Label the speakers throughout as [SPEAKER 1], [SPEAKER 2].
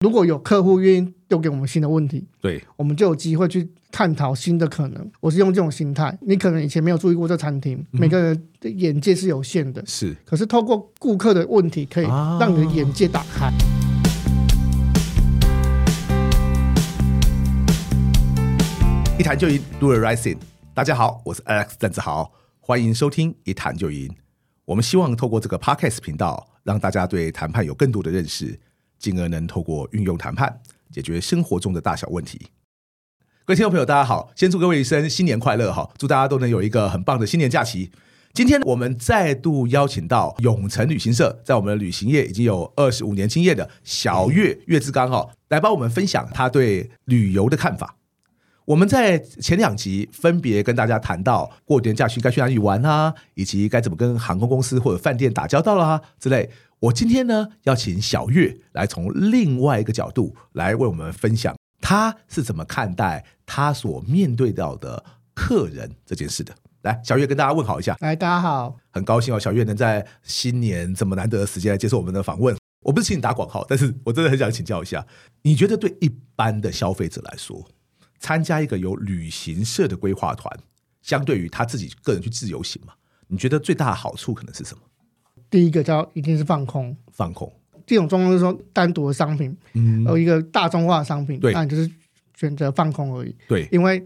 [SPEAKER 1] 如果有客户愿意丢给我们新的问题，
[SPEAKER 2] 对，
[SPEAKER 1] 我们就有机会去探讨新的可能。我是用这种心态，你可能以前没有注意过这餐厅，
[SPEAKER 2] 嗯
[SPEAKER 1] 每个人的眼界是有限的，
[SPEAKER 2] 是
[SPEAKER 1] 可是透过顾客的问题，可以
[SPEAKER 2] 啊
[SPEAKER 1] 让你的眼界打开。
[SPEAKER 2] 一谈就赢，Do the right thing。大家好，我是 Alex 邓志豪，欢迎收听一谈就赢。我们希望透过这个 Podcast 频道，让大家对谈判有更多的认识，进而能透过运用谈判解决生活中的大小问题。各位听众朋友，大家好，先祝各位一声新年快乐哈！祝大家都能有一个很棒的新年假期。今天我们再度邀请到永城旅行社，在我们旅行业已经有二十五年经验的小月岳志刚哈，来帮我们分享他对旅游的看法。我们在前两集分别跟大家谈到过年假期该去哪里玩啊，以及该怎么跟航空公司或者饭店打交道啦、之类。我今天呢，要请小月来从另外一个角度来为我们分享，她是怎么看待她所面对到的客人这件事的。来，小月跟大家问好一下，
[SPEAKER 1] 来，大家好，
[SPEAKER 2] 很高兴哦，小月能在新年这么难得的时间来接受我们的访问。我不是请你打广告，但是我真的很想请教一下，你觉得对一般的消费者来说，参加一个有旅行社的规划团，相对于他自己个人去自由行嘛，你觉得最大的好处可能是什么？
[SPEAKER 1] 第一个叫一定是放空。
[SPEAKER 2] 放空，
[SPEAKER 1] 这种状况就是说单独的商品，哦
[SPEAKER 2] 嗯，
[SPEAKER 1] 有一个大众化的商品，
[SPEAKER 2] 对
[SPEAKER 1] 那你就是选择放空而已，
[SPEAKER 2] 对，
[SPEAKER 1] 因为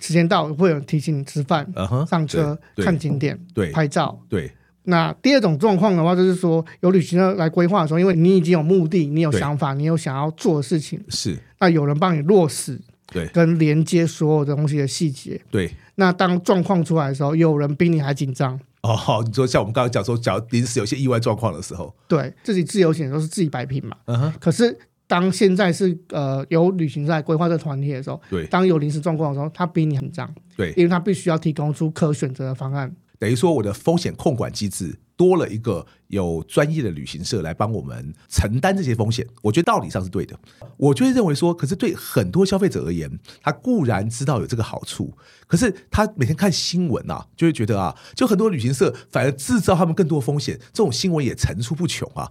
[SPEAKER 1] 时间到会有人提醒你吃饭、
[SPEAKER 2] 嗯哼，
[SPEAKER 1] 上车、
[SPEAKER 2] 对
[SPEAKER 1] 看景点、
[SPEAKER 2] 对，对
[SPEAKER 1] 拍照。
[SPEAKER 2] 对，
[SPEAKER 1] 那第二种状况的话，就是说有旅行社来规划的时候，因为你已经有目的，你有
[SPEAKER 2] 对
[SPEAKER 1] 想法，你有想要做的事情，
[SPEAKER 2] 是，
[SPEAKER 1] 那有人帮你落实，
[SPEAKER 2] 对
[SPEAKER 1] 跟连接所有的东西的细节。
[SPEAKER 2] 对。
[SPEAKER 1] 那当状况出来的时候，有人比你还紧张，
[SPEAKER 2] 哦，你说像我们刚刚讲说，假如临时有一些意外状况的时候，
[SPEAKER 1] 对自己自由行都是自己摆平嘛。
[SPEAKER 2] 嗯哼，
[SPEAKER 1] 可是当现在是呃有旅行社来规划这个团体的时候，
[SPEAKER 2] 对
[SPEAKER 1] 当有临时状况的时候，他比你很张，
[SPEAKER 2] 对，
[SPEAKER 1] 因为他必须要提供出可选择的方案。
[SPEAKER 2] 等于说我的风险控管机制多了一个有专业的旅行社来帮我们承担这些风险，我觉得道理上是对的。我就会认为说，可是对很多消费者而言，他固然知道有这个好处，可是他每天看新闻啊，就会觉得啊，就很多旅行社反而制造他们更多风险，这种新闻也层出不穷啊。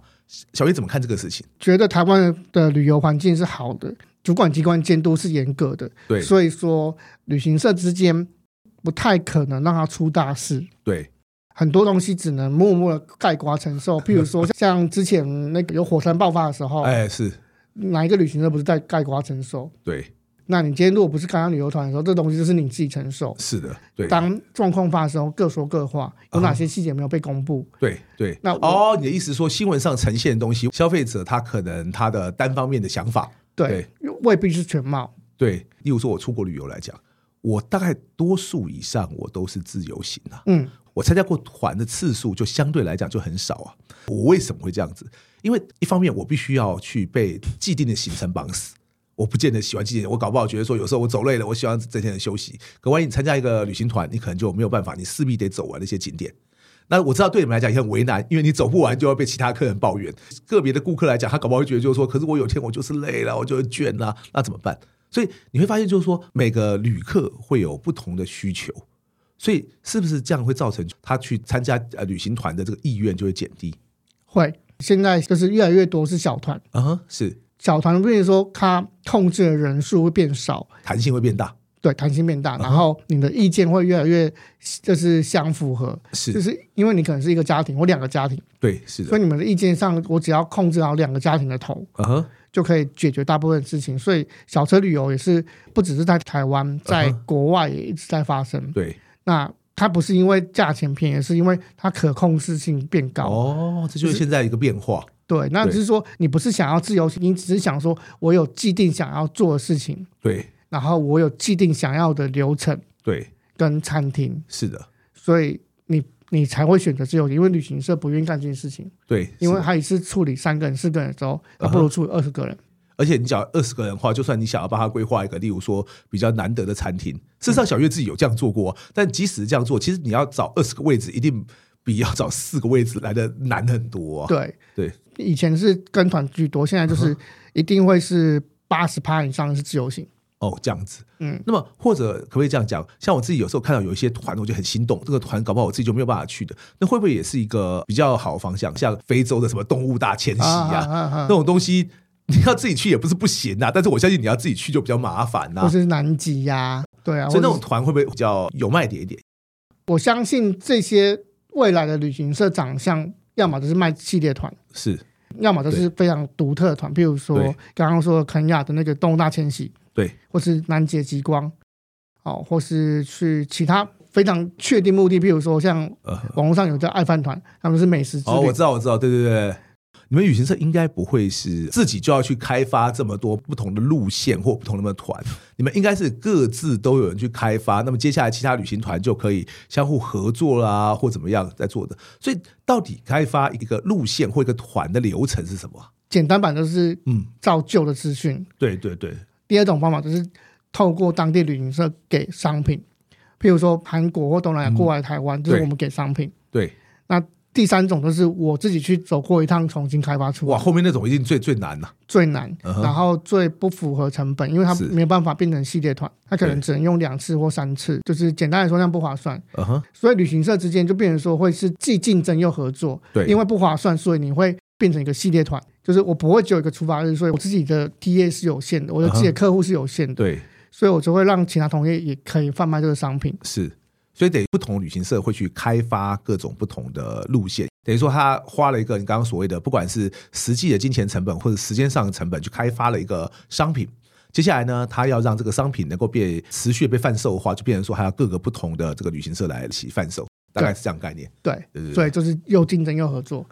[SPEAKER 2] 小月怎么看这个事情？
[SPEAKER 1] 觉得台湾的旅游环境是好的，主管机关监督是严格的，
[SPEAKER 2] 对
[SPEAKER 1] 所以说旅行社之间不太可能让他出大事。
[SPEAKER 2] 对
[SPEAKER 1] 很多东西只能默默的盖瓜承受， 譬如说像之前那个有火山爆发的时候，
[SPEAKER 2] 哎，是
[SPEAKER 1] 哪一个旅行社不是在盖瓜承受？
[SPEAKER 2] 对，
[SPEAKER 1] 那你今天如果不是刚刚旅游团的时候，这东西就是你自己承受。
[SPEAKER 2] 是的，对
[SPEAKER 1] 当状况发生，各说各话，有哪些细节没有被公布？
[SPEAKER 2] 对对。
[SPEAKER 1] 那我
[SPEAKER 2] 哦，你的意思说新闻上呈现的东西，消费者他可能他的单方面的想法。
[SPEAKER 1] 对，未必是全貌。
[SPEAKER 2] 对，例如说我出国旅游来讲，我大概多数以上我都是自由行啊，
[SPEAKER 1] 嗯，
[SPEAKER 2] 我参加过团的次数就相对来讲就很少啊。我为什么会这样子？因为一方面我必须要去被既定的行程绑死。我不见得喜欢既定，我搞不好觉得说有时候我走累了，我希望这天能休息。可万一你参加一个旅行团，你可能就没有办法，你势必得走完那些景点。那我知道对你们来讲也很为难，因为你走不完就要被其他客人抱怨。个别的顾客来讲，他搞不好会觉得就是说，可是我有天我就是累了，我就是倦了，那怎么办？所以你会发现，就是说每个旅客会有不同的需求，所以是不是这样会造成他去参加呃旅行团的这个意愿就会减低？
[SPEAKER 1] 会。现在就是越来越多是小团，
[SPEAKER 2] 啊、哼，是
[SPEAKER 1] 小团变成说它控制的人数会变少，
[SPEAKER 2] 弹性会变大，
[SPEAKER 1] 对，弹性变大，
[SPEAKER 2] 嗯
[SPEAKER 1] 然后你的意见会越来越就是相符合，就是是因为你可能是一个家庭或两个家庭，
[SPEAKER 2] 对，是
[SPEAKER 1] 所
[SPEAKER 2] 的，
[SPEAKER 1] 以你们的意见上，我只要控制好两个家庭的头，
[SPEAKER 2] 啊哼，
[SPEAKER 1] 就可以解决大部分事情。所以小车旅游也是不只是在台湾，在
[SPEAKER 2] 嗯哼
[SPEAKER 1] 国外也一直在发生。
[SPEAKER 2] 对，
[SPEAKER 1] 那它不是因为价钱便宜，而是因为它可控制性变高。
[SPEAKER 2] 哦，这就是现在一个变化，
[SPEAKER 1] 对，那
[SPEAKER 2] 对
[SPEAKER 1] 只是说你不是想要自由行，你只是想说我有既定想要做的事情，
[SPEAKER 2] 对
[SPEAKER 1] 然后我有既定想要的流程
[SPEAKER 2] 对，
[SPEAKER 1] 跟餐厅，
[SPEAKER 2] 是的，
[SPEAKER 1] 所以你你才会选择自由行，因为旅行社不愿意干这件事情，
[SPEAKER 2] 对，
[SPEAKER 1] 因为
[SPEAKER 2] 是的
[SPEAKER 1] 他一次处理三个人、四个人的时候，
[SPEAKER 2] 嗯哼
[SPEAKER 1] 还不如处理二十个人。
[SPEAKER 2] 而且你讲二十个人的话，就算你想要帮他规划一个，例如说比较难得的餐厅，事实上小月自己有这样做过，但即使这样做，其实你要找二十个位置，一定比要找四个位置来的难很多、啊。
[SPEAKER 1] 对
[SPEAKER 2] 对，
[SPEAKER 1] 以前是跟团居多，现在
[SPEAKER 2] 啊
[SPEAKER 1] 就是一定会是八十趴以上是自由行。
[SPEAKER 2] 哦，这样子，
[SPEAKER 1] 嗯，
[SPEAKER 2] 那么或者可不可以这样讲？像我自己有时候看到有一些团，我就很心动，这个团搞不好我自己就没有办法去的，那会不会也是一个比较好的方向？像非洲的什么动物大迁徙
[SPEAKER 1] 啊
[SPEAKER 2] 呀、
[SPEAKER 1] 啊啊
[SPEAKER 2] 那种东西。你要自己去也不是不行啊，但是我相信你要自己去就比较麻烦呐、
[SPEAKER 1] 或是南极呀、对啊，
[SPEAKER 2] 所以那
[SPEAKER 1] 或
[SPEAKER 2] 种
[SPEAKER 1] 者是
[SPEAKER 2] 团会不会比较有卖点一点？
[SPEAKER 1] 我相信这些未来的旅行社长相，要么就是卖系列团，
[SPEAKER 2] 是
[SPEAKER 1] 要么就是非常独特的团，譬如说
[SPEAKER 2] 对
[SPEAKER 1] 刚刚说的肯亚的那个动物大迁徙，
[SPEAKER 2] 对，
[SPEAKER 1] 或是南极极光，哦，或是去其他非常确定目的，譬如说像
[SPEAKER 2] 呃，
[SPEAKER 1] 网络上有叫爱饭团，他们是美食之
[SPEAKER 2] 哦，
[SPEAKER 1] 旅
[SPEAKER 2] 我，知道，我知道，对对对。你们旅行社应该不会是自己就要去开发这么多不同的路线或不同的团，你们应该是各自都有人去开发，那么接下来其他旅行团就可以相互合作啦，或怎么样在做的。所以到底开发一个路线或一个团的流程是什么啊？
[SPEAKER 1] 简单版就是
[SPEAKER 2] 嗯，
[SPEAKER 1] 照旧的资讯。
[SPEAKER 2] 对对对，
[SPEAKER 1] 第二种方法就是透过当地旅行社给商品，譬如说韩国或东南亚过来台湾，就是
[SPEAKER 2] 嗯对
[SPEAKER 1] 我们给商品。
[SPEAKER 2] 对，
[SPEAKER 1] 第三种就是我自己去走过一趟，重新开发出
[SPEAKER 2] 哇，
[SPEAKER 1] 来，
[SPEAKER 2] 后面那种一定最最难呐、
[SPEAKER 1] 最难，
[SPEAKER 2] 嗯哼
[SPEAKER 1] 然后最不符合成本，因为它
[SPEAKER 2] 是
[SPEAKER 1] 没有办法变成系列团，它可能
[SPEAKER 2] 对
[SPEAKER 1] 只能用两次或三次，就是简单来说那样不划算。
[SPEAKER 2] 嗯哼，
[SPEAKER 1] 所以旅行社之间就变成说会是既竞争又合作，
[SPEAKER 2] 对，
[SPEAKER 1] 因为不划算，所以你会变成一个系列团，就是我不会只有一个出发日，所以我自己的 TA 是有限的，我的
[SPEAKER 2] 嗯
[SPEAKER 1] 自己的客户是有限的。
[SPEAKER 2] 对
[SPEAKER 1] 所以我就会让其他同业也可以贩卖这个商品。
[SPEAKER 2] 是，所以得不同旅行社会去开发各种不同的路线，等于说他花了一个你刚刚所谓的，不管是实际的金钱成本或者时间上的成本，去开发了一个商品。接下来呢，他要让这个商品能够被持续地被贩售的话，就变成说还要各个不同的这个旅行社来一起贩售，大概是这样概念。
[SPEAKER 1] 对，
[SPEAKER 2] 对对对
[SPEAKER 1] 所以就是又竞争又合作。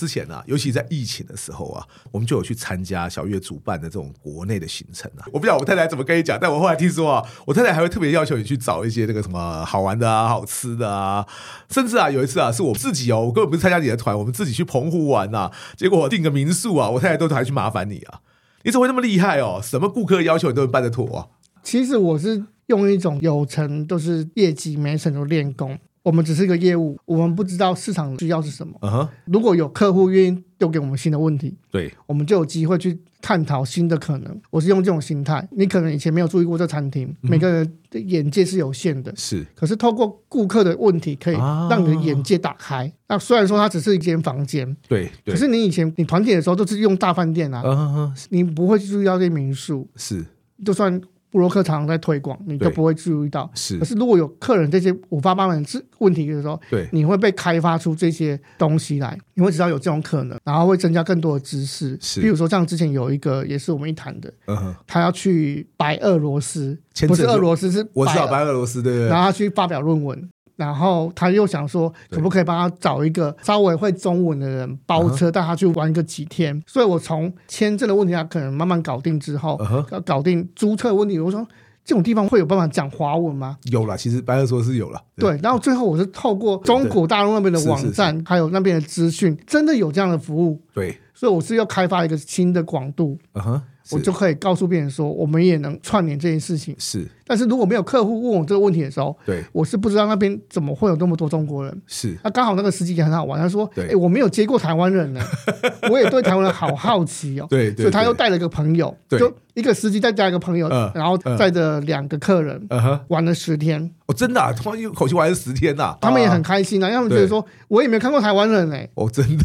[SPEAKER 2] 之前啊，尤其在疫情的时候啊，我们就有去参加小月主办的这种国内的行程啊。我不知道我太太怎么跟你讲，但我后来听说啊，我太太还会特别要求你去找一些那个什么好玩的啊、好吃的啊，甚至啊有一次啊，是我自己哦，我根本不是参加你的团，我们自己去澎湖玩呐、啊结果我订个民宿啊，我太太都还去麻烦你啊，你怎么会那么厉害哦？什么顾客要求你都能办得妥啊？
[SPEAKER 1] 其实我是用一种有成都是业绩，没成就练功。我们只是一个业务，我们不知道市场需要是什么。
[SPEAKER 2] 嗯哼，
[SPEAKER 1] 如果有客户愿意丢给我们新的问题，
[SPEAKER 2] 对，
[SPEAKER 1] 我们就有机会去探讨新的可能。我是用这种心态。你可能以前没有注意过这餐厅，
[SPEAKER 2] 嗯
[SPEAKER 1] 每个人的眼界是有限的。
[SPEAKER 2] 是
[SPEAKER 1] 可是透过顾客的问题，可以
[SPEAKER 2] 啊
[SPEAKER 1] 让你的眼界打开。那虽然说它只是一间房间，
[SPEAKER 2] 对对
[SPEAKER 1] 可，是你以前你团体的时候都是用大饭店啊，
[SPEAKER 2] 嗯哼，
[SPEAKER 1] 你不会注意到这些民宿，
[SPEAKER 2] 是
[SPEAKER 1] 就算布洛克常常在推广，你都
[SPEAKER 2] 对
[SPEAKER 1] 不会注意到。
[SPEAKER 2] 是
[SPEAKER 1] 可，是如果有客人这些五花八门是问题的时候，
[SPEAKER 2] 对
[SPEAKER 1] 你会被开发出这些东西来，你会知道有这种可能，然后会增加更多的知识。
[SPEAKER 2] 是
[SPEAKER 1] 比如说像之前有一个也是我们一谈的，
[SPEAKER 2] 嗯哼，
[SPEAKER 1] 他要去白俄罗斯，
[SPEAKER 2] 签证
[SPEAKER 1] 不是
[SPEAKER 2] 就
[SPEAKER 1] 俄罗斯是
[SPEAKER 2] 我知道
[SPEAKER 1] 白俄，
[SPEAKER 2] 白俄罗斯，对对
[SPEAKER 1] 然
[SPEAKER 2] 对，
[SPEAKER 1] 后他去发表论文。然后他又想说，
[SPEAKER 2] 对
[SPEAKER 1] 可不可以帮他找一个稍微会中文的人包车
[SPEAKER 2] 啊
[SPEAKER 1] 带他去玩个几天？所以我从签证的问题，他可能慢慢搞定之后，
[SPEAKER 2] 嗯哼。
[SPEAKER 1] 要搞定租车的问题。我说这种地方会有办法讲华文吗？
[SPEAKER 2] 有了，其实白俄说是有了，
[SPEAKER 1] 对，然后最后我是透过中国大陆那边的网站，还有那边的资讯，真的有这样的服务，
[SPEAKER 2] 对，
[SPEAKER 1] 所以我是要开发一个新的广度，
[SPEAKER 2] 嗯哼，
[SPEAKER 1] 我
[SPEAKER 2] 是
[SPEAKER 1] 就可以告诉别人说，我们也能串联这件事情。
[SPEAKER 2] 是，
[SPEAKER 1] 但是如果没有客户问我这个问题的时候，
[SPEAKER 2] 对，
[SPEAKER 1] 我是不知道那边怎么会有那么多中国人。
[SPEAKER 2] 是
[SPEAKER 1] 那刚好那个司机也很好玩，他说：“哎、
[SPEAKER 2] 对
[SPEAKER 1] 我没有接过台湾人呢， 我也对台湾人好好奇哦。”
[SPEAKER 2] 对对
[SPEAKER 1] 所以他又
[SPEAKER 2] 对
[SPEAKER 1] 带了一个朋友，
[SPEAKER 2] 对
[SPEAKER 1] 就一个司机再加一个朋友，
[SPEAKER 2] 嗯
[SPEAKER 1] 然后
[SPEAKER 2] 嗯
[SPEAKER 1] 载着两个客人、
[SPEAKER 2] 嗯哼，
[SPEAKER 1] 玩了十天，
[SPEAKER 2] 我真的啊，他们一口气玩了十天呐，
[SPEAKER 1] 他们也
[SPEAKER 2] 啊
[SPEAKER 1] 很，开心啊，因为他们觉得
[SPEAKER 2] 对
[SPEAKER 1] 说我也没有看过台湾人哎、
[SPEAKER 2] 哦，真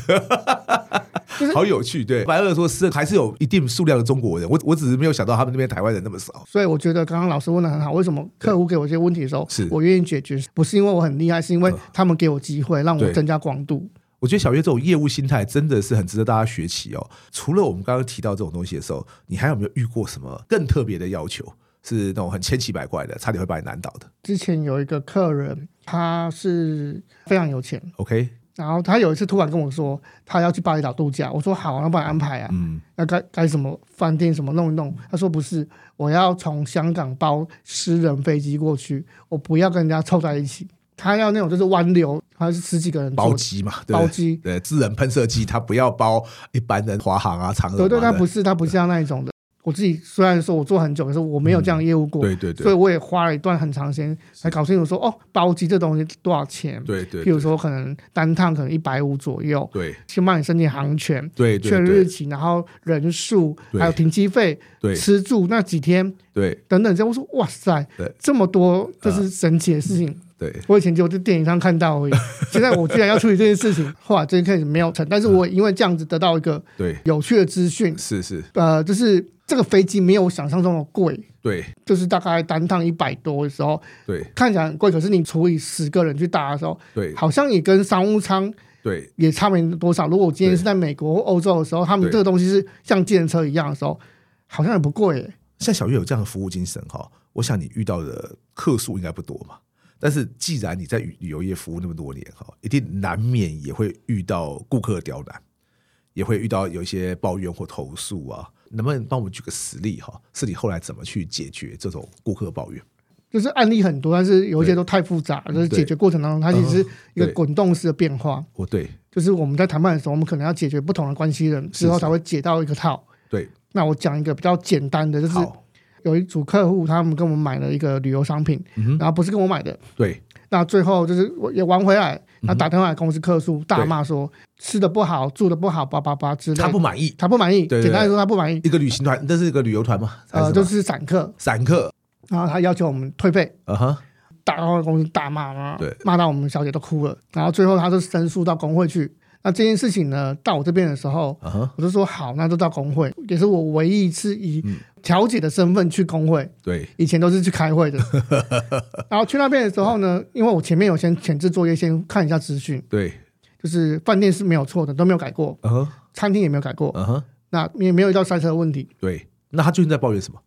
[SPEAKER 1] 就是
[SPEAKER 2] 的，好有趣，对，白俄说是还是有一定数量的中国人，我我只是没有想到他们那边台湾人那么少，
[SPEAKER 1] 所以我觉得刚刚老师问的很好，为什么客户给我这些问题的时候
[SPEAKER 2] 是，嗯
[SPEAKER 1] 我愿意解决，不是因为我很厉害，是因为他们给我机会，让我
[SPEAKER 2] 对
[SPEAKER 1] 增加广度。
[SPEAKER 2] 我觉得小月这种业务心态真的是很值得大家学习哦。除了我们刚刚提到这种东西的时候，你还有没有遇过什么更特别的要求？是那种很千奇百怪的，差点会把你难倒的。
[SPEAKER 1] 之前有一个客人，他是非常有钱，
[SPEAKER 2] OK，
[SPEAKER 1] 然后他有一次突然跟我说，他要去巴厘岛度假，我说好啊，那帮你安排啊，
[SPEAKER 2] 嗯，
[SPEAKER 1] 那该该什么饭店什么弄一弄。他说不是，我要从香港包私人飞机过去，我不要跟人家凑在一起。他要那种就是湾流，还是十几个人坐
[SPEAKER 2] 包
[SPEAKER 1] 的
[SPEAKER 2] 机嘛，对不
[SPEAKER 1] 包
[SPEAKER 2] 对
[SPEAKER 1] 机，
[SPEAKER 2] 对，呃智能喷射机它不要包一般的华航啊、长
[SPEAKER 1] 对
[SPEAKER 2] 荣
[SPEAKER 1] 对，
[SPEAKER 2] 啊
[SPEAKER 1] 他
[SPEAKER 2] 的，
[SPEAKER 1] 不是他不像那一种的。我自己虽然说我做很久，可是我没有这样的业务过，
[SPEAKER 2] 嗯对对
[SPEAKER 1] 所以
[SPEAKER 2] 对，
[SPEAKER 1] 我也花了一段很长时间才搞清楚说，哦，包机这东西多少钱？
[SPEAKER 2] 对对，
[SPEAKER 1] 譬如说可能单趟可能一百五左右，
[SPEAKER 2] 对
[SPEAKER 1] 先帮你申请航权。
[SPEAKER 2] 对对
[SPEAKER 1] 确认日
[SPEAKER 2] 对
[SPEAKER 1] 期，然后人数，
[SPEAKER 2] 对
[SPEAKER 1] 还有停机费、
[SPEAKER 2] 对
[SPEAKER 1] 吃住那几天
[SPEAKER 2] 对
[SPEAKER 1] 等等，这样我说哇塞
[SPEAKER 2] 对，
[SPEAKER 1] 这么多，这
[SPEAKER 2] 啊
[SPEAKER 1] 是神奇的事情。
[SPEAKER 2] 对，
[SPEAKER 1] 我以前只有在电影上看到 而已，现在我居然要处理这件事情，后来这件事情没有成，但是我因为这样子得到一个
[SPEAKER 2] 对，
[SPEAKER 1] 有趣的资讯，
[SPEAKER 2] 是是，
[SPEAKER 1] 呃，就是这个飞机没有我想象中的贵，
[SPEAKER 2] 对
[SPEAKER 1] 就是大概单趟一百多的时候，
[SPEAKER 2] 对
[SPEAKER 1] 看起来很贵，可是你除以十个人去搭的时候，
[SPEAKER 2] 对
[SPEAKER 1] 好像你跟商务舱
[SPEAKER 2] 对
[SPEAKER 1] 也差没多少。如果我今天
[SPEAKER 2] 对
[SPEAKER 1] 是在美国或欧洲的时候，他们
[SPEAKER 2] 对
[SPEAKER 1] 这个东西是像计程车一样的时候，好像也不贵耶。
[SPEAKER 2] 像小月有这样的服务精神哈，我想你遇到的客数应该不多嘛。但是既然你在旅旅游业服务那么多年哈，一定难免也会遇到顾客的刁难，也会遇到有一些抱怨或投诉啊。能不能帮我们举个实例哈？是你后来怎么去解决这种顾客抱怨？
[SPEAKER 1] 就是案例很多，但是有一些都太复杂，就是解决过程当中，它其实是一个
[SPEAKER 2] 嗯对
[SPEAKER 1] 滚动式的变化。
[SPEAKER 2] 哦，对
[SPEAKER 1] 就是我们在谈判的时候，我们可能要解决不同的关系人之后，
[SPEAKER 2] 是
[SPEAKER 1] 才会解到一个套。
[SPEAKER 2] 对，
[SPEAKER 1] 那我讲一个比较简单的，就是
[SPEAKER 2] 好，
[SPEAKER 1] 有一组客户，他们跟我们买了一个旅游商品，
[SPEAKER 2] 嗯哼，
[SPEAKER 1] 然后不是跟我买的，
[SPEAKER 2] 对
[SPEAKER 1] 那最后就是我也玩回来，
[SPEAKER 2] 嗯
[SPEAKER 1] 那打电话来公司客诉，大骂说吃的不好，住的不好，叭叭叭之类的。
[SPEAKER 2] 他不满意，
[SPEAKER 1] 他不满意，
[SPEAKER 2] 对对对
[SPEAKER 1] 简单来说他不满意，
[SPEAKER 2] 一个旅行团，那是一个旅游团嘛，还
[SPEAKER 1] 呃，
[SPEAKER 2] 是
[SPEAKER 1] 就
[SPEAKER 2] 什么
[SPEAKER 1] 是散客，
[SPEAKER 2] 散客，
[SPEAKER 1] 然后他要求我们退费，
[SPEAKER 2] 啊哈，
[SPEAKER 1] 打电话公司大骂嘛
[SPEAKER 2] 对，
[SPEAKER 1] 骂到我们小姐都哭了，然后最后他就申诉到工会去。那这件事情呢，到我这边的时候，
[SPEAKER 2] 啊哈，
[SPEAKER 1] 我就说好，那就到工会，也是我唯一一次以
[SPEAKER 2] 嗯
[SPEAKER 1] 调解的身份去工会，
[SPEAKER 2] 对
[SPEAKER 1] 以前都是去开会的。然后去那边的时候呢，因为我前面有先前置作业，先看一下资讯，
[SPEAKER 2] 对，
[SPEAKER 1] 就是饭店是没有错的，都没有改过，
[SPEAKER 2] 啊哈，
[SPEAKER 1] 餐厅也没有改过，
[SPEAKER 2] 啊哈，
[SPEAKER 1] 那也没有遇到塞车的问题，
[SPEAKER 2] 对，那他最近在抱怨什么？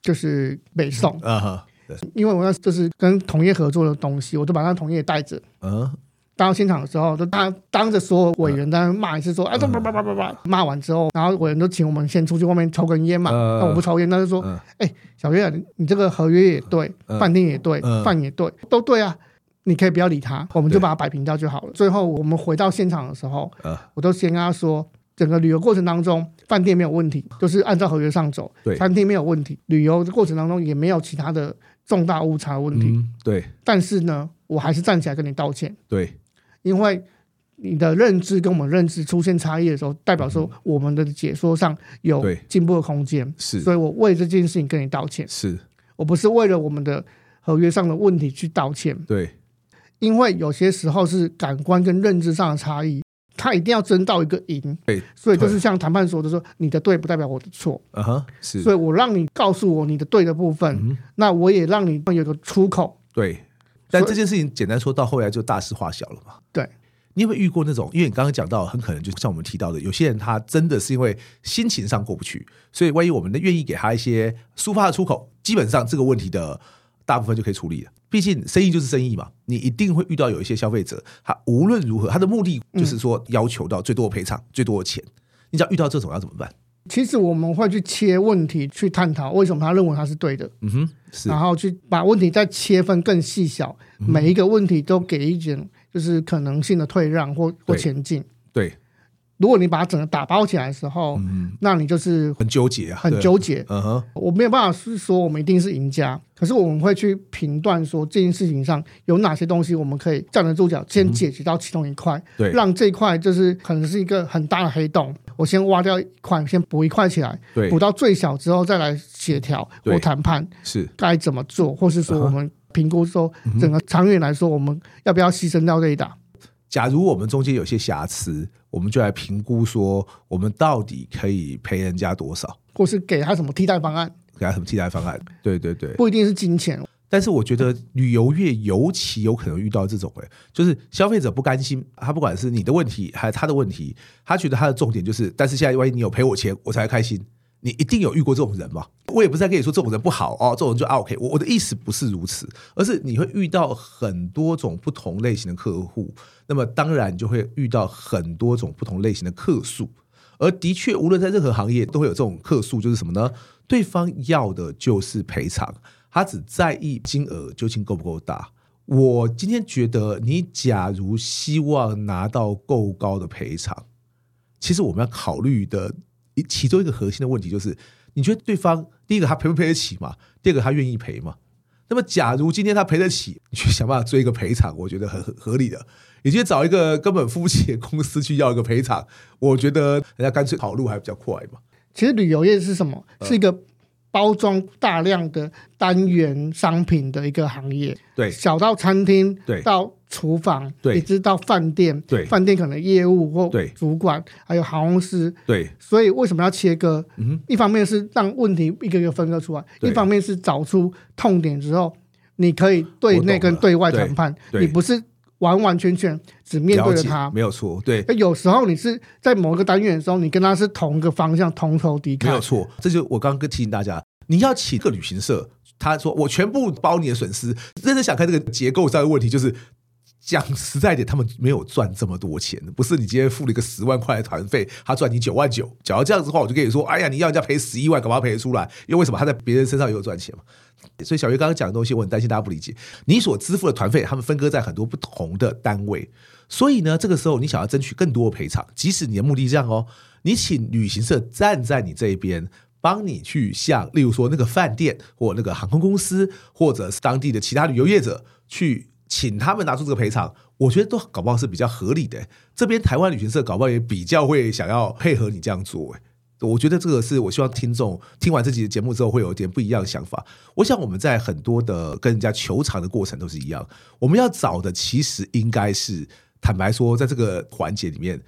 [SPEAKER 1] 就是北送。
[SPEAKER 2] 啊哈，对，
[SPEAKER 1] 因为我那时就是跟同业合作的东西，我就把那同业带着。
[SPEAKER 2] 嗯，
[SPEAKER 1] 到现场的时候，就他当着所有委员在那骂一次说，啊，这叭叭叭叭叭，骂完之后，然后委员都请我们先出去外面抽根烟嘛。
[SPEAKER 2] 嗯
[SPEAKER 1] 那我不抽烟，他就说
[SPEAKER 2] 嗯，
[SPEAKER 1] 哎，小月啊，你你这个合约也对，
[SPEAKER 2] 嗯
[SPEAKER 1] 饭店也对
[SPEAKER 2] 嗯，
[SPEAKER 1] 饭也对，都对啊，你可以不要理他，我们就
[SPEAKER 2] 对
[SPEAKER 1] 把它摆平掉就好了。最后我们回到现场的时候，
[SPEAKER 2] 嗯
[SPEAKER 1] 我都先跟他说。整个旅游过程当中，饭店没有问题，就是按照合约上走；
[SPEAKER 2] 对
[SPEAKER 1] 餐厅没有问题，旅游的过程当中也没有其他的重大误差问题。
[SPEAKER 2] 嗯，对
[SPEAKER 1] 但是呢，我还是站起来跟你道歉，
[SPEAKER 2] 对
[SPEAKER 1] 因为你的认知跟我们认知出现差异的时候，代表说我们的解说上有
[SPEAKER 2] 嗯对
[SPEAKER 1] 进步的空间，
[SPEAKER 2] 是
[SPEAKER 1] 所以我为这件事情跟你道歉，
[SPEAKER 2] 是，
[SPEAKER 1] 我不是为了我们的合约上的问题去道歉，
[SPEAKER 2] 对
[SPEAKER 1] 因为有些时候是感官跟认知上的差异，他一定要争到一个赢
[SPEAKER 2] 对，
[SPEAKER 1] 所以就是像谈判说的说，你的对不代表我的错，
[SPEAKER 2] 啊哈，是，嗯
[SPEAKER 1] 所以我让你告诉我你的对的部分，那我也让你有个出口，
[SPEAKER 2] 对。但
[SPEAKER 1] 所以
[SPEAKER 2] 这件事情简单说到后来就大事化小了嘛。
[SPEAKER 1] 对。
[SPEAKER 2] 你有没有遇过那种？因为你刚刚讲到，很可能就像我们提到的，有些人他真的是因为心情上过不去，所以万一我们愿意给他一些抒发的出口，基本上这个问题的大部分就可以处理了。毕竟生意就是生意嘛，你一定会遇到有一些消费者，他无论如何，他的目的就是说要求到最多的赔偿、最多的钱。你只要遇到这种要怎么办？
[SPEAKER 1] 其实我们会去切问题，去探讨为什么他认为他是对的，
[SPEAKER 2] 嗯哼，是嗯
[SPEAKER 1] 然后去把问题再切分更细小，每一个问题都给一点就是可能性的退让或或
[SPEAKER 2] 对
[SPEAKER 1] 前进。
[SPEAKER 2] 对，
[SPEAKER 1] 如果你把它整个打包起来的时候，
[SPEAKER 2] 嗯
[SPEAKER 1] 那你就是
[SPEAKER 2] 很纠结啊，
[SPEAKER 1] 很
[SPEAKER 2] 对
[SPEAKER 1] 纠结。
[SPEAKER 2] 嗯哼，
[SPEAKER 1] 我没有办法是说我们一定是赢家，可是我们会去评断说这件事情上有哪些东西我们可以站得住脚，先解决到其中一块，
[SPEAKER 2] 对
[SPEAKER 1] 让这一块就是可能是一个很大的黑洞，我先挖掉一块，先补一块起来，
[SPEAKER 2] 对
[SPEAKER 1] 补，到最小之后再来协调
[SPEAKER 2] 对啊
[SPEAKER 1] 或谈判
[SPEAKER 2] 是，
[SPEAKER 1] 该怎么做，或是说我们评估说整个长远来说我们要不要牺牲掉这一打。
[SPEAKER 2] 假如我们中间有些瑕疵，我们就来评估说，我们到底可以赔人家多少，
[SPEAKER 1] 或是给他什么替代方案，
[SPEAKER 2] 给他什么替代方案？对对对。
[SPEAKER 1] 不一定是金钱，
[SPEAKER 2] 但是我觉得旅游业尤其有可能遇到这种、哎，就是消费者不甘心，他不管是你的问题还是他的问题，他觉得他的重点就是，但是现在万一你有赔我钱，我才开心。你一定有遇过这种人嘛？我也不是在跟你说这种人不好哦，这种人就 OK。我我的意思不是如此，而是你会遇到很多种不同类型的客户，那么当然你就会遇到很多种不同类型的客诉。而的确，无论在任何行业，都会有这种客诉，就是什么呢？对方要的就是赔偿，他只在意金额究竟够不够大。我今天觉得，你假如希望拿到够高的赔偿，其实我们要考虑的一其中一个核心的问题就是，你觉得对方第一个他赔不赔得起嘛？第二个他愿意赔嘛？那么，假如今天他赔得起，你去想办法追一个赔偿，我觉得很很合理的。你去找一个根本付不起的公司去要一个赔偿，我觉得人家干脆跑路还比较快嘛。嗯
[SPEAKER 1] 其实旅游业是什么？是一个包装大量的单元商品的一个行业，
[SPEAKER 2] 对
[SPEAKER 1] 小到餐厅，
[SPEAKER 2] 对
[SPEAKER 1] 到厨房，
[SPEAKER 2] 对
[SPEAKER 1] 一直到饭店，
[SPEAKER 2] 对
[SPEAKER 1] 饭店可能业务或
[SPEAKER 2] 对
[SPEAKER 1] 主管，还有航空师，
[SPEAKER 2] 对，
[SPEAKER 1] 所以为什么要切割？
[SPEAKER 2] 嗯哼
[SPEAKER 1] 一方面是让问题一个一个分割出来，
[SPEAKER 2] 对
[SPEAKER 1] 一方面是找出痛点之后，你可以对内跟对外谈判，
[SPEAKER 2] 对
[SPEAKER 1] 你
[SPEAKER 2] 对
[SPEAKER 1] 不是完完全全只面对
[SPEAKER 2] 了
[SPEAKER 1] 着
[SPEAKER 2] 解
[SPEAKER 1] 他。
[SPEAKER 2] 没有错，对。
[SPEAKER 1] 有时候你是在某一个单元的时候，你跟他是同一个方向，同仇敌
[SPEAKER 2] 没有
[SPEAKER 1] 忾。
[SPEAKER 2] 错，这就是我刚刚跟提醒大家，你要请个旅行社，他说我全部包你的损失。认真想看这个结构上的问题，就是讲实在点，他们没有赚这么多钱，不是你今天付了一个十万块的团费，他赚你九万九。假如这样子的话，我就跟你说，哎呀，你要人家赔十一万，干嘛赔得出来？因为为什么他在别人身上也有赚钱嘛？所以小月刚刚讲的东西，我很担心大家不理解。你所支付的团费，他们分割在很多不同的单位，所以呢，这个时候你想要争取更多的赔偿，即使你的目的是这样哦，你请旅行社站在你这一边。帮你去向，例如说那个饭店或那个航空公司，或者是当地的其他旅游业者，去请他们拿出这个赔偿，我觉得都搞不好是比较合理的。这边台湾旅行社搞不好也比较会想要配合你这样做。欸我觉得这个是我希望听众听完这集的节目之后会有一点不一样的想法。我想我们在很多的跟人家求偿的过程都是一样，我们要找的其实应该是，坦白说，在这个环节里面，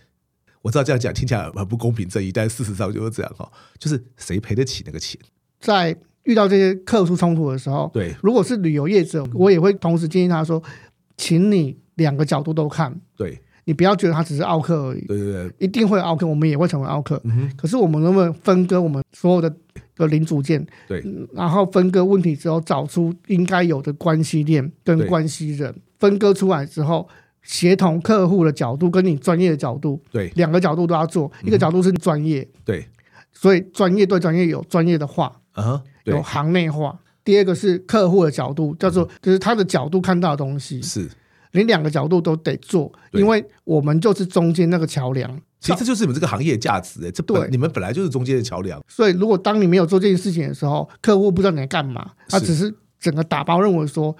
[SPEAKER 2] 我知道这样讲听起来很不公平正义，但事实上就是这样哈，就是谁赔得起那个钱？
[SPEAKER 1] 在遇到这些客诉冲突的时候，
[SPEAKER 2] 对
[SPEAKER 1] 如果是旅游业者，我也会同时建议他说，请你两个角度都看，
[SPEAKER 2] 对
[SPEAKER 1] 你不要觉得他只是奥克而已，
[SPEAKER 2] 对对对，
[SPEAKER 1] 一定会有奥克，我们也会成为奥克。
[SPEAKER 2] 嗯哼，
[SPEAKER 1] 可是我们能不能分割我们所有的的零组件，
[SPEAKER 2] 对
[SPEAKER 1] 嗯然后分割问题之后，找出应该有的关系链跟
[SPEAKER 2] 对
[SPEAKER 1] 关系人，分割出来之后，协同客户的角度跟你专业的角度，
[SPEAKER 2] 对
[SPEAKER 1] 两个角度都要做，一
[SPEAKER 2] 嗯
[SPEAKER 1] 个角度是专业，
[SPEAKER 2] 对，
[SPEAKER 1] 所以专业对专业有专业的话，
[SPEAKER 2] 啊哈，
[SPEAKER 1] 有
[SPEAKER 2] 对嗯
[SPEAKER 1] 行内话。第二个是客户的角度，叫做就是他的角度看到的东西，
[SPEAKER 2] 是。
[SPEAKER 1] 你两个角度都得做，
[SPEAKER 2] 对
[SPEAKER 1] 因为我们就是中间那个桥梁。
[SPEAKER 2] 其实这就是你们这个行业的价值、欸，这本
[SPEAKER 1] 对
[SPEAKER 2] 你们本来就是中间的桥梁，
[SPEAKER 1] 所以，如果当你没有做这件事情的时候，客户不知道你在干嘛，他
[SPEAKER 2] 是
[SPEAKER 1] 只是整个打包认为说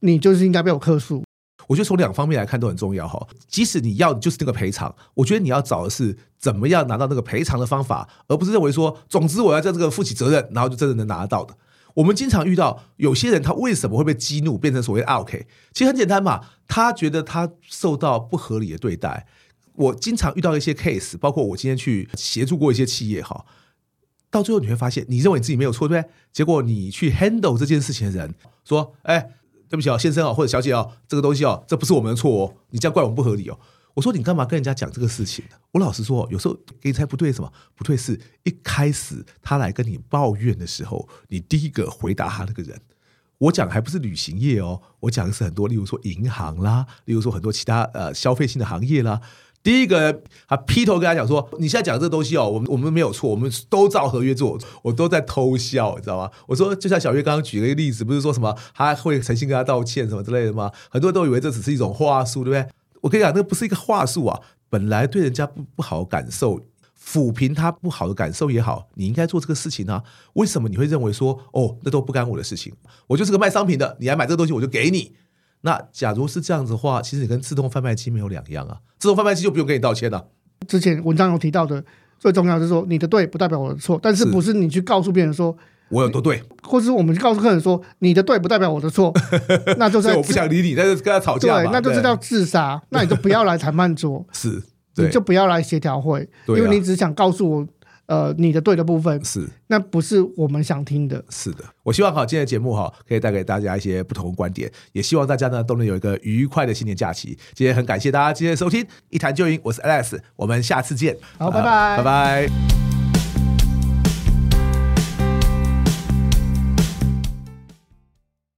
[SPEAKER 1] 你就是应该被我客诉。
[SPEAKER 2] 我觉得从两方面来看都很重要哈。即使你要的就是那个赔偿，我觉得你要找的是怎么样拿到那个赔偿的方法，而不是认为说，总之我要在这个负起责任，然后就真的能拿得到的。我们经常遇到有些人，他为什么会被激怒，变成所谓的 OK？其实很简单嘛，他觉得他受到不合理的对待。我经常遇到一些 case，包括我今天去协助过一些企业哈，到最后你会发现，你认为自己没有错，对不对？结果你去 handle 这件事情的人说：“哎，对不起哦，先生哦，或者小姐哦，这个东西哦，这不是我们的错哦，你这样怪我们不合理哦。”我说：“你干嘛跟人家讲这个事情呢？”我老实说哦，有时候给你猜不对是什么不对是，一开始他来跟你抱怨的时候，你第一个回答他那个人。我讲还不是旅行业哦，我讲的是很多，例如说银行啦，例如说很多其他呃消费性的行业啦。第一个，他劈头跟他讲说：“你现在讲这个东西哦，我们我们没有错，我们都照合约做，我都在偷笑，你知道吗？”我说，就像小月刚刚举了一个例子，不是说什么他会诚心跟他道歉什么之类的吗？很多人都以为这只是一种话术，对不对？我跟你讲，那个不是一个话术啊，本来对人家不不好的感受，抚平他不好的感受也好，你应该做这个事情啊。为什么你会认为说，哦，那都不干我的事情，我就是个卖商品的，你来买这个东西我就给你。那假如是这样子的话，其实你跟自动贩卖机没有两样啊，自动贩卖机就不用跟你道歉啊了、
[SPEAKER 1] 之前文章有提到的，最重要就是说你的对不代表我的错，但是
[SPEAKER 2] 是
[SPEAKER 1] 不是你去告诉别人说，
[SPEAKER 2] 我有多对，
[SPEAKER 1] 或是我们去告诉客人说你的对不代表我的错， 那就是
[SPEAKER 2] 所以
[SPEAKER 1] 在
[SPEAKER 2] 我不
[SPEAKER 1] 自
[SPEAKER 2] 想理你，但是跟他吵
[SPEAKER 1] 对
[SPEAKER 2] 架嘛，，
[SPEAKER 1] 那就是
[SPEAKER 2] 对，
[SPEAKER 1] 叫自杀，那你就不要来谈判桌
[SPEAKER 2] 是，
[SPEAKER 1] 你
[SPEAKER 2] 对，
[SPEAKER 1] 就不要来协调会，因
[SPEAKER 2] 对啊
[SPEAKER 1] 为你只想告诉我呃你的对的部分，
[SPEAKER 2] 是。
[SPEAKER 1] 那不是我们想听的。
[SPEAKER 2] 是的，我希望哈今天的节目哈可以带给大家一些不同的观点，也希望大家呢都能有一个愉快的新年假期。今天很感谢大家今天的收听，一谈就赢，我是 Alex，我们下次见，
[SPEAKER 1] 好
[SPEAKER 2] 啊
[SPEAKER 1] 拜拜
[SPEAKER 2] 拜拜。